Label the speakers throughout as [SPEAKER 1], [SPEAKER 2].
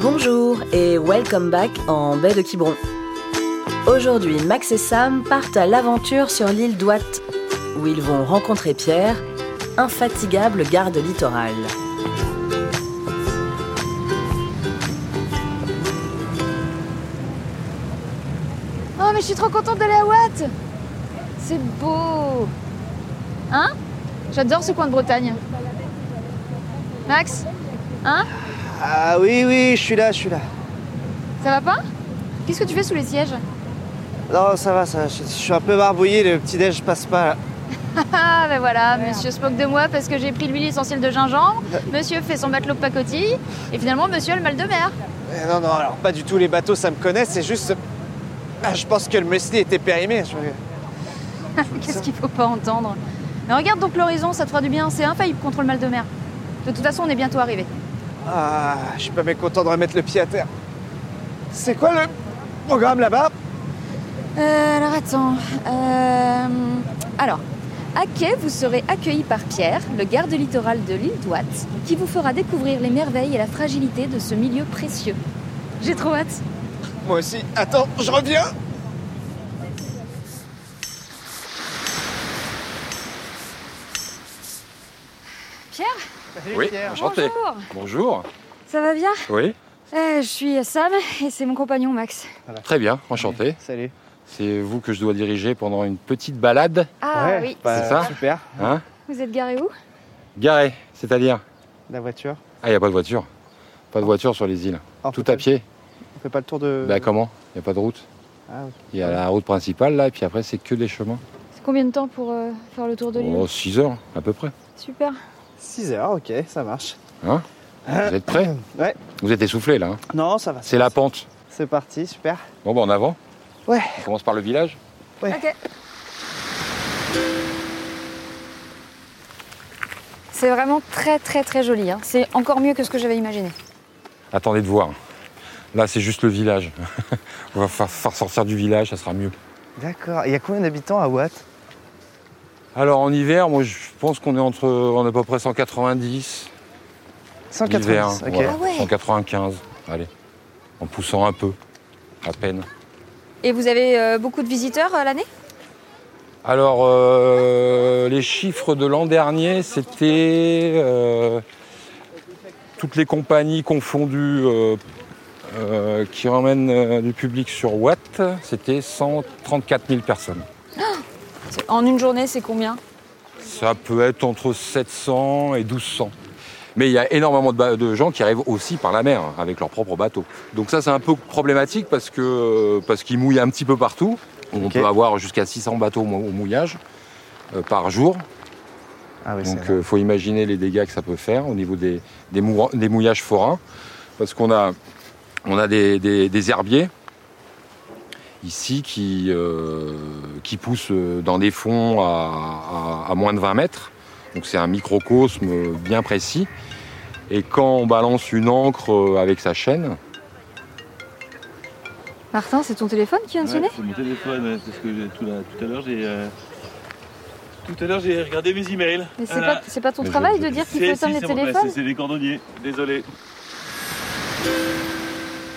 [SPEAKER 1] Bonjour et welcome back en baie de Quiberon. Aujourd'hui, Max et Sam partent à l'aventure sur l'île d'Ouate, où ils vont rencontrer Pierre, infatigable garde littoral.
[SPEAKER 2] Oh, mais je suis trop contente d'aller à Watt C'est beau Hein J'adore ce coin de Bretagne. Max Hein
[SPEAKER 3] Ah oui, oui, je suis là, je suis là.
[SPEAKER 2] Ça va pas Qu'est-ce que tu fais sous les sièges
[SPEAKER 3] Non, ça va, ça va. Je, je suis un peu barbouillé, le petit déj passe pas là.
[SPEAKER 2] Ah, ben voilà, monsieur se moque de moi parce que j'ai pris l'huile essentielle de gingembre, monsieur fait son matelot de pacotille, et finalement monsieur a le mal de mer.
[SPEAKER 3] Eh non, non, alors pas du tout, les bateaux ça me connaît, c'est juste. Ah, je pense que le Messi était périmé. je-
[SPEAKER 2] Qu'est-ce qu'il faut pas entendre Mais regarde donc l'horizon, ça te fera du bien, c'est infaillible contre le mal de mer. De toute façon, on est bientôt arrivé.
[SPEAKER 3] Ah, je suis pas mécontent de remettre le pied à terre. C'est quoi le programme là-bas
[SPEAKER 2] Euh, alors attends. Euh, alors, à quai, vous serez accueillis par Pierre, le garde littoral de l'île d'Ouate, qui vous fera découvrir les merveilles et la fragilité de ce milieu précieux. J'ai trop hâte.
[SPEAKER 3] Moi aussi. Attends, je reviens.
[SPEAKER 2] Pierre
[SPEAKER 3] Salut
[SPEAKER 4] Oui,
[SPEAKER 3] Pierre.
[SPEAKER 4] enchanté.
[SPEAKER 2] Bonjour.
[SPEAKER 4] Bonjour.
[SPEAKER 2] Ça va bien
[SPEAKER 4] Oui,
[SPEAKER 2] Euh, Je suis Sam et c'est mon compagnon Max.
[SPEAKER 4] très bien, enchanté.
[SPEAKER 3] Salut.
[SPEAKER 4] C'est vous que je dois diriger pendant une petite balade,
[SPEAKER 2] Ah
[SPEAKER 3] Ouais,
[SPEAKER 2] oui,
[SPEAKER 3] bah,
[SPEAKER 4] C'est ça
[SPEAKER 3] Super,
[SPEAKER 4] hein
[SPEAKER 2] vous êtes garé où
[SPEAKER 4] Garé, c'est-à-dire
[SPEAKER 3] la voiture.
[SPEAKER 4] Ah, il n'y a pas de voiture. Pas de voiture sur les îles.
[SPEAKER 3] Alors,
[SPEAKER 4] Tout
[SPEAKER 3] Ah, peut-être-
[SPEAKER 4] à pied.
[SPEAKER 3] On fait pas le tour de.
[SPEAKER 4] Bah comment Il n'y a pas de route.
[SPEAKER 3] Ah, ok.
[SPEAKER 4] Il y a la route principale là, et puis après c'est que des chemins.
[SPEAKER 2] C'est combien de temps pour euh, faire le tour de l'île
[SPEAKER 4] Oh, 6 heures à peu près.
[SPEAKER 2] Super.
[SPEAKER 3] 6 heures, ok, ça marche.
[SPEAKER 4] Vous êtes prêts
[SPEAKER 3] Euh, Ouais.
[SPEAKER 4] Vous êtes essoufflés là. hein
[SPEAKER 3] Non, ça va.
[SPEAKER 4] c'est la pente.
[SPEAKER 3] C'est parti, super.
[SPEAKER 4] Bon bah en avant.
[SPEAKER 3] Ouais.
[SPEAKER 4] On commence par le village.
[SPEAKER 2] Ok. C'est vraiment très très très joli. hein. C'est encore mieux que ce que j'avais imaginé.
[SPEAKER 4] Attendez de voir. Là c'est juste le village. On va fa- faire sortir du village, ça sera mieux.
[SPEAKER 3] D'accord. Il y a combien d'habitants à Watt
[SPEAKER 4] Alors en hiver, moi je pense qu'on est entre on est à peu près 190 L'hiver, hein,
[SPEAKER 3] 190. Ok.
[SPEAKER 4] voilà,
[SPEAKER 2] Ah ouais.
[SPEAKER 4] 195, allez, en poussant un peu, à peine.
[SPEAKER 2] Et vous avez euh, beaucoup de visiteurs euh, l'année
[SPEAKER 4] Alors, euh, les chiffres de l'an dernier, c'était euh, toutes les compagnies confondues euh, euh, qui emmènent euh, du public sur Watt, c'était 134 000 personnes.
[SPEAKER 2] En une journée, c'est combien
[SPEAKER 4] Ça peut être entre 700 et 1200. Mais il y a énormément de, ba- de gens qui arrivent aussi par la mer hein, avec leur propre bateau. Donc ça c'est un peu problématique parce que euh, parce qu'ils mouillent un petit peu partout. On
[SPEAKER 3] Ok.
[SPEAKER 4] peut avoir jusqu'à 600 bateaux au mou- au mouillage euh, par jour.
[SPEAKER 3] Ah oui,
[SPEAKER 4] Donc euh, il faut imaginer les dégâts que ça peut faire au niveau des, des, mou- des mouillages forains. Parce qu'on a, on a des, des- des herbiers ici qui, euh, qui poussent euh, dans des fonds à, à- à moins de 20 mètres. Donc c'est un microcosme bien précis. Et quand on balance une ancre euh, avec sa chaîne,
[SPEAKER 2] Martin, c'est ton téléphone qui vient de
[SPEAKER 5] Ouais,
[SPEAKER 2] sonner
[SPEAKER 5] C'est mon téléphone, ouais, parce que j'ai- tout, la- tout à l'heure j'ai. euh, Tout à l'heure j'ai regardé mes emails.
[SPEAKER 2] Mais
[SPEAKER 3] Euh,
[SPEAKER 2] c'est
[SPEAKER 5] Voilà.
[SPEAKER 2] pas, c'est pas ton
[SPEAKER 4] Mais je-
[SPEAKER 2] travail
[SPEAKER 4] je-
[SPEAKER 2] de dire qu'il
[SPEAKER 5] C'est-
[SPEAKER 2] faut
[SPEAKER 5] si,
[SPEAKER 2] éteindre les
[SPEAKER 5] c'est mon- ouais,
[SPEAKER 2] téléphones
[SPEAKER 5] c'est- C'est les cordonniers, désolé.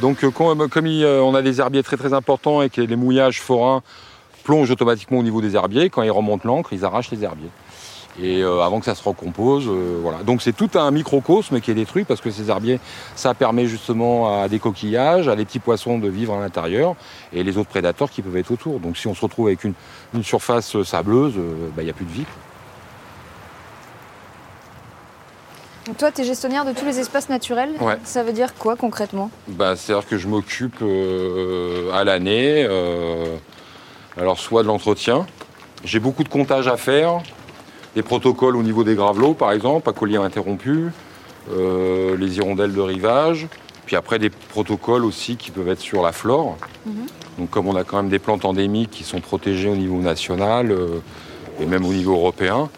[SPEAKER 4] Donc euh, comme, comme il, euh, on a des herbiers très très importants et que les mouillages forains plongent automatiquement au niveau des herbiers, quand ils remontent l'ancre, ils arrachent les herbiers. Et euh, avant que ça se recompose, euh, voilà. Donc c'est tout un microcosme qui est détruit parce que ces herbiers, ça permet justement à des coquillages, à des petits poissons de vivre à l'intérieur et les autres prédateurs qui peuvent être autour. Donc si on se retrouve avec une, une surface sableuse, euh, bah, il n'y a plus de vie.
[SPEAKER 2] Donc toi, t'es gestionnaire de tous les espaces naturels.
[SPEAKER 4] Ouais.
[SPEAKER 2] Ça veut dire quoi concrètement
[SPEAKER 4] Bah, C'est-à-dire que je m'occupe euh, à l'année, euh, alors soit de l'entretien, j'ai beaucoup de comptages à faire, des protocoles au niveau des gravelots par exemple, à collier interrompu, euh, les hirondelles de rivage, puis après des protocoles aussi qui peuvent être sur la flore.
[SPEAKER 2] Mhm.
[SPEAKER 4] Donc comme on a quand même des plantes endémiques qui sont protégées au niveau national euh, et même au niveau européen,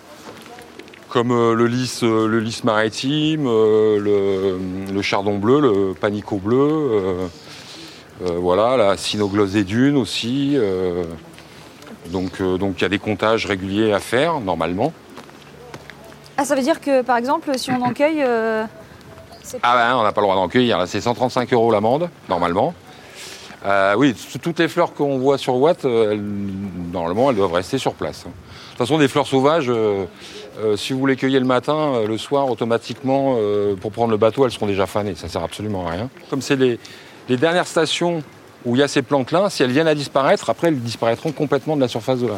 [SPEAKER 4] comme euh, le lys, euh, le lys maritime, euh, le, le chardon bleu, le panico bleu, euh, euh, voilà, la cynoglosse des dunes aussi. euh, donc euh, donc il y a des comptages réguliers à faire normalement.
[SPEAKER 2] Ah, ça veut dire que par exemple, si on en cueille, euh, C'est
[SPEAKER 4] Ah ben, on n'a pas le droit d'en cueillir. Là, c'est 135 euros l'amende, normalement. Euh, oui, t- toutes les fleurs qu'on voit sur Watt, euh, elles- normalement, elles doivent rester sur place. hein. De toute façon, des fleurs sauvages, euh, euh, si vous les cueillez le matin, euh, le soir, automatiquement, euh, pour prendre le bateau, elles seront déjà fanées. Ça sert absolument à rien. Comme c'est les, les dernières stations où il y a ces plantes-là, si elles viennent à disparaître, après, elles disparaîtront complètement de la surface de la,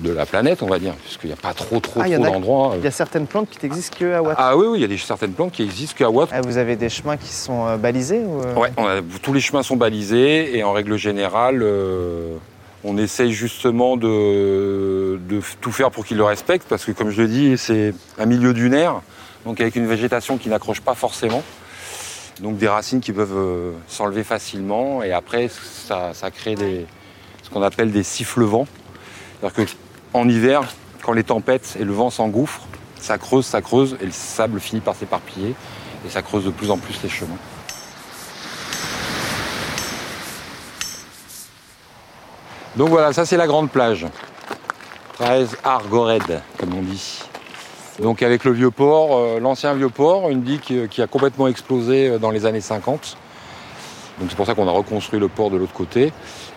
[SPEAKER 4] de la planète, on va dire, puisqu'il n'y a pas trop, trop,
[SPEAKER 3] Ah, il y
[SPEAKER 4] trop
[SPEAKER 3] en a-
[SPEAKER 4] d'endroits. euh.
[SPEAKER 3] Il y a certaines plantes qui n'existent que à Watt.
[SPEAKER 4] Ah oui, oui, il y a des, certaines plantes qui existent qu'à Watt.
[SPEAKER 3] Ah, vous avez des chemins qui sont euh, balisés ou, euh,
[SPEAKER 4] Ouais, on a- tous les chemins sont balisés et en règle générale, euh, on essaye justement de, de f- tout faire pour qu'ils le respectent parce que, comme je le dis, c'est un milieu dunaire, donc avec une végétation qui n'accroche pas forcément. Donc des racines qui peuvent euh, s'enlever facilement et après, ça, ça crée des, ce qu'on appelle des sifflevents. C'est-à-dire qu'en hiver, quand les tempêtes et le vent s'engouffrent, ça creuse, ça creuse et le sable finit par s'éparpiller et ça creuse de plus en plus les chemins. Donc voilà, ça c'est la grande plage. 13 Argored, comme on dit. Donc avec le vieux port, euh, l'ancien vieux port, une digue euh, qui a complètement explosé euh, dans les années 50. Donc c'est pour ça qu'on a reconstruit le port de l'autre côté.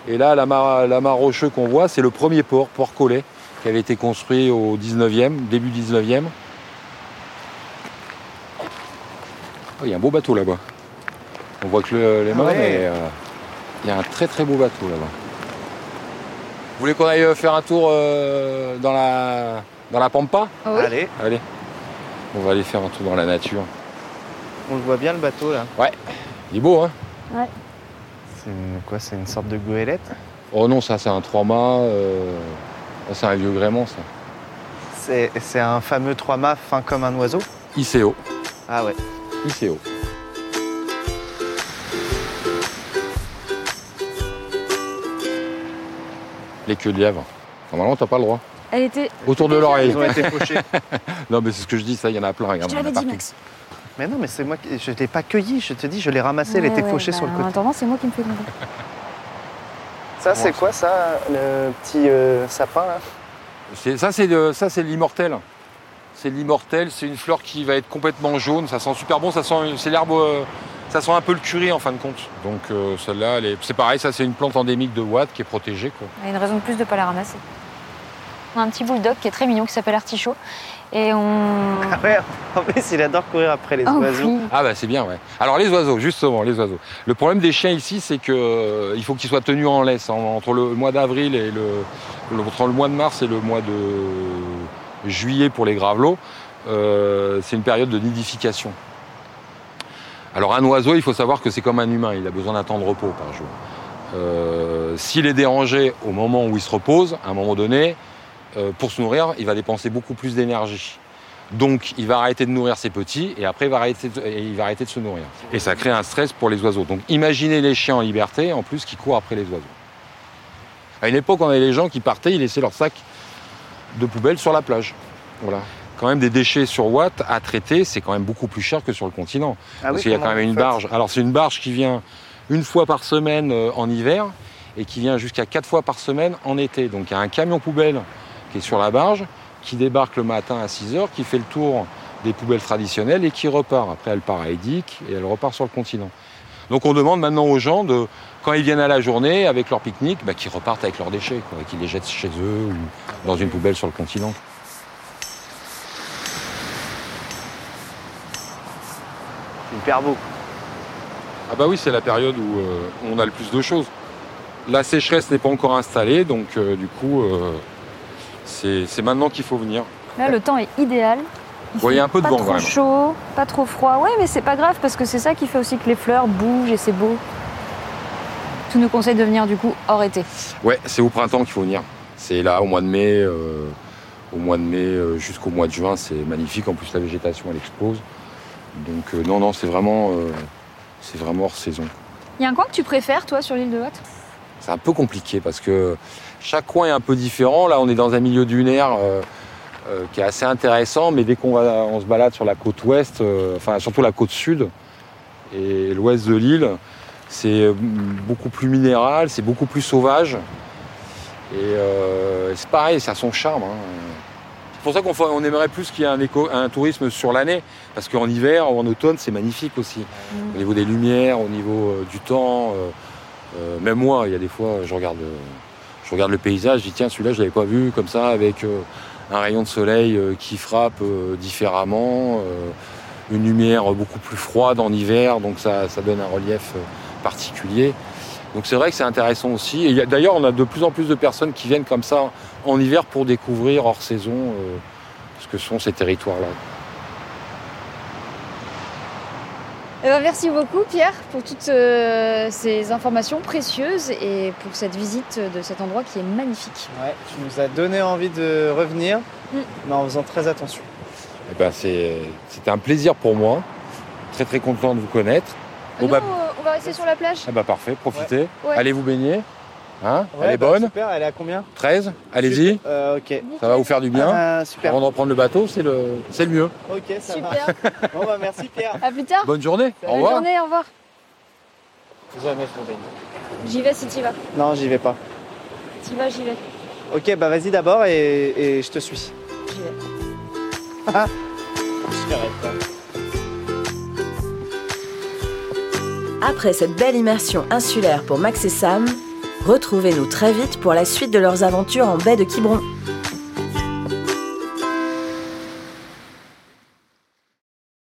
[SPEAKER 4] Et là, l'amas l'amas rocheux qu'on voit, c'est le premier port, Port Collet, qui avait été construit au 19e, début 19e. Oh, Il y a un beau bateau là-bas. On voit que le- les
[SPEAKER 3] Ah
[SPEAKER 4] mains,
[SPEAKER 3] ouais.
[SPEAKER 4] mais euh, il y a un très très beau bateau là-bas. Vous voulez qu'on aille euh, faire un tour euh, dans, la, dans la Pampa
[SPEAKER 2] Ah oui
[SPEAKER 3] Allez,
[SPEAKER 4] Allez, on va aller faire un tour dans la nature.
[SPEAKER 3] on le voit bien le bateau là.
[SPEAKER 4] Il est beau, hein
[SPEAKER 3] C'est une- quoi C'est une sorte de goélette
[SPEAKER 4] Oh non, ça c'est un trois-mâts, euh, ça, c'est un vieux gréement ça.
[SPEAKER 3] C'est c'est un fameux trois mâts fin comme un oiseau
[SPEAKER 4] ICO,
[SPEAKER 3] Ah ouais.
[SPEAKER 4] ICO. Les queues de lièvre. Normalement, t'as pas le droit.
[SPEAKER 2] Elle était.
[SPEAKER 4] Autour de l'oreille.
[SPEAKER 3] Ils ont été pochés.
[SPEAKER 4] Non, mais c'est ce que je dis, ça, il y en a plein.
[SPEAKER 2] Je
[SPEAKER 4] Regarde,
[SPEAKER 2] te
[SPEAKER 4] il y en a
[SPEAKER 2] l'avais dit,
[SPEAKER 4] partout.
[SPEAKER 2] Max.
[SPEAKER 3] Mais non, mais c'est moi qui. Je l'ai pas cueilli, je te dis, je l'ai ramassé, elle
[SPEAKER 2] Ouais,
[SPEAKER 3] était
[SPEAKER 2] ouais,
[SPEAKER 3] fauchée sur
[SPEAKER 2] bah,
[SPEAKER 3] le
[SPEAKER 2] En
[SPEAKER 3] côté.
[SPEAKER 2] attendant, c'est moi qui me fais gronder.
[SPEAKER 3] Ça,
[SPEAKER 4] c'est
[SPEAKER 3] quoi ça Le petit euh, sapin là
[SPEAKER 4] C'est- ça, c'est de- ça, c'est de l'immortel. C'est de l'immortel, c'est une fleur qui va être complètement jaune, ça sent super bon, ça sent, c'est l'herbe, euh, ça sent un peu le curry en fin de compte. Donc euh, celle-là, elle est- c'est pareil, ça c'est une plante endémique de Watt qui est protégée. Quoi.
[SPEAKER 6] Il y a une raison de plus de ne pas la ramasser. On a un petit bulldog qui est très mignon, qui s'appelle Artichaut. Et on...
[SPEAKER 3] Ah ouais, en plus, il adore courir après les
[SPEAKER 6] Oh,
[SPEAKER 3] oiseaux.
[SPEAKER 6] oui.
[SPEAKER 4] Ah bah c'est bien, ouais. Alors les oiseaux, justement, les oiseaux. Le problème des chiens ici, c'est que euh, il faut qu'ils soient tenus en laisse hein, entre le mois d'avril et le, le- entre le mois de mars et le mois de juillet pour les gravelots. euh, c'est une période de nidification. Alors un oiseau, il faut savoir que c'est comme un humain, il a besoin d'un temps de repos par jour. Euh, S'il est dérangé au moment où il se repose, à un moment donné, euh, pour se nourrir, il va dépenser beaucoup plus d'énergie. Donc il va arrêter de nourrir ses petits et après il va arrêter de, et il va arrêter de se nourrir. Et ça crée un stress pour les oiseaux. Donc imaginez les chiens en liberté en plus qui courent après les oiseaux. À une époque, on avait les gens qui partaient, ils laissaient leur sac de poubelle sur la plage. Voilà. Quand même des déchets sur Watt à traiter, c'est quand même beaucoup plus cher que sur le continent.
[SPEAKER 3] Ah
[SPEAKER 4] Parce
[SPEAKER 3] oui,
[SPEAKER 4] qu'il y a
[SPEAKER 3] comment
[SPEAKER 4] quand même
[SPEAKER 3] vous
[SPEAKER 4] une
[SPEAKER 3] faites
[SPEAKER 4] barge. Alors c'est une barge qui vient une fois par semaine euh, en hiver et qui vient jusqu'à quatre fois par semaine en été. Donc il y a un camion poubelle qui est sur la barge, qui débarque le matin à 6 heures, qui fait le tour des poubelles traditionnelles et qui repart. Après elle part à Edic et elle repart sur le continent. Donc on demande maintenant aux gens de, quand ils viennent à la journée avec leur pique-nique, bah, qu'ils repartent avec leurs déchets, quoi, et qu'ils les jettent chez eux ou dans une poubelle sur le continent.
[SPEAKER 3] Hyper beau.
[SPEAKER 4] Ah bah oui, c'est la période où euh, on a le plus de choses. La sécheresse n'est pas encore installée, donc euh, du coup, euh, c'est c'est maintenant qu'il faut venir.
[SPEAKER 6] Là, le temps est idéal. Il
[SPEAKER 4] Ouais, il y a un peu de
[SPEAKER 6] pas
[SPEAKER 4] vent, quand
[SPEAKER 6] trop
[SPEAKER 4] même.
[SPEAKER 6] chaud, pas trop froid. Ouais, mais c'est pas grave parce que c'est ça qui fait aussi que les fleurs bougent et c'est beau. Tout nous conseille de venir du coup hors été.
[SPEAKER 4] Ouais, c'est au printemps qu'il faut venir. C'est là, au mois de mai, euh, au mois de mai euh, jusqu'au mois de juin, c'est magnifique. En plus, la végétation, elle explose. Donc euh, non, non, c'est vraiment, euh, c'est vraiment hors saison.
[SPEAKER 6] Il y a un coin que tu préfères, toi, sur l'île de Watt
[SPEAKER 4] C'est un peu compliqué parce que chaque coin est un peu différent. Là, on est dans un milieu dunaire euh, euh, qui est assez intéressant, mais dès qu'on va, on se balade sur la côte ouest, euh, enfin surtout la côte sud et l'ouest de l'île, c'est euh, beaucoup plus minéral, c'est beaucoup plus sauvage. Et euh, c'est pareil, ça a son charme. hein. C'est pour ça qu'on ferait- on aimerait plus qu'il y ait un, éco- un tourisme sur l'année, parce qu'en hiver ou en automne, c'est magnifique aussi. Au niveau des lumières, au niveau euh, du temps, euh, euh, même moi, il y a des fois, je regarde, euh, je regarde le paysage, je dis tiens, celui-là, je l'avais pas vu comme ça, avec euh, un rayon de soleil euh, qui frappe euh, différemment, euh, une lumière beaucoup plus froide en hiver, donc ça, ça donne un relief euh, particulier. Donc c'est vrai que c'est intéressant aussi. Et il y a- d'ailleurs, on a de plus en plus de personnes qui viennent comme ça en hiver pour découvrir hors saison euh, ce que sont ces territoires-là.
[SPEAKER 2] Eh ben, merci beaucoup Pierre pour toutes euh, ces informations précieuses et pour cette visite de cet endroit qui est magnifique.
[SPEAKER 3] Ouais, tu nous as donné envie de revenir,
[SPEAKER 2] Mm.
[SPEAKER 3] mais en faisant très attention.
[SPEAKER 4] Eh ben, c'est- c'était un plaisir pour moi. Très très content de vous connaître. Bon,
[SPEAKER 2] Nous,
[SPEAKER 4] bah-
[SPEAKER 2] euh, on va rester sur la plage.
[SPEAKER 4] Eh ben, parfait, profitez.
[SPEAKER 2] Ouais.
[SPEAKER 4] Allez vous baigner. Hein
[SPEAKER 3] Ouais,
[SPEAKER 4] Elle est
[SPEAKER 3] bah,
[SPEAKER 4] bonne.
[SPEAKER 3] Super, elle est à combien
[SPEAKER 4] 13. Allez-y.
[SPEAKER 3] Euh, Ok.
[SPEAKER 4] Ça va vous faire du bien.
[SPEAKER 3] Ah, super.
[SPEAKER 4] Avant de reprendre le bateau, c'est le, c'est le mieux.
[SPEAKER 3] Ok, ça va.
[SPEAKER 2] Super.
[SPEAKER 3] Bon, bah, merci Pierre.
[SPEAKER 2] À plus tard.
[SPEAKER 4] Bonne journée. Au
[SPEAKER 2] Bonne
[SPEAKER 4] revoir.
[SPEAKER 2] journée, Ah. au revoir.
[SPEAKER 3] Jamais je me baigne.
[SPEAKER 2] J'y vais si t'y vas.
[SPEAKER 3] Non, j'y vais pas.
[SPEAKER 2] T'y vas, j'y vais.
[SPEAKER 3] Ok, bah vas-y d'abord et, et je te suis.
[SPEAKER 2] J'y vais.
[SPEAKER 3] Super,
[SPEAKER 1] Après cette belle immersion insulaire pour Max et Sam, retrouvez-nous très vite pour la suite de leurs aventures en baie de Quiberon.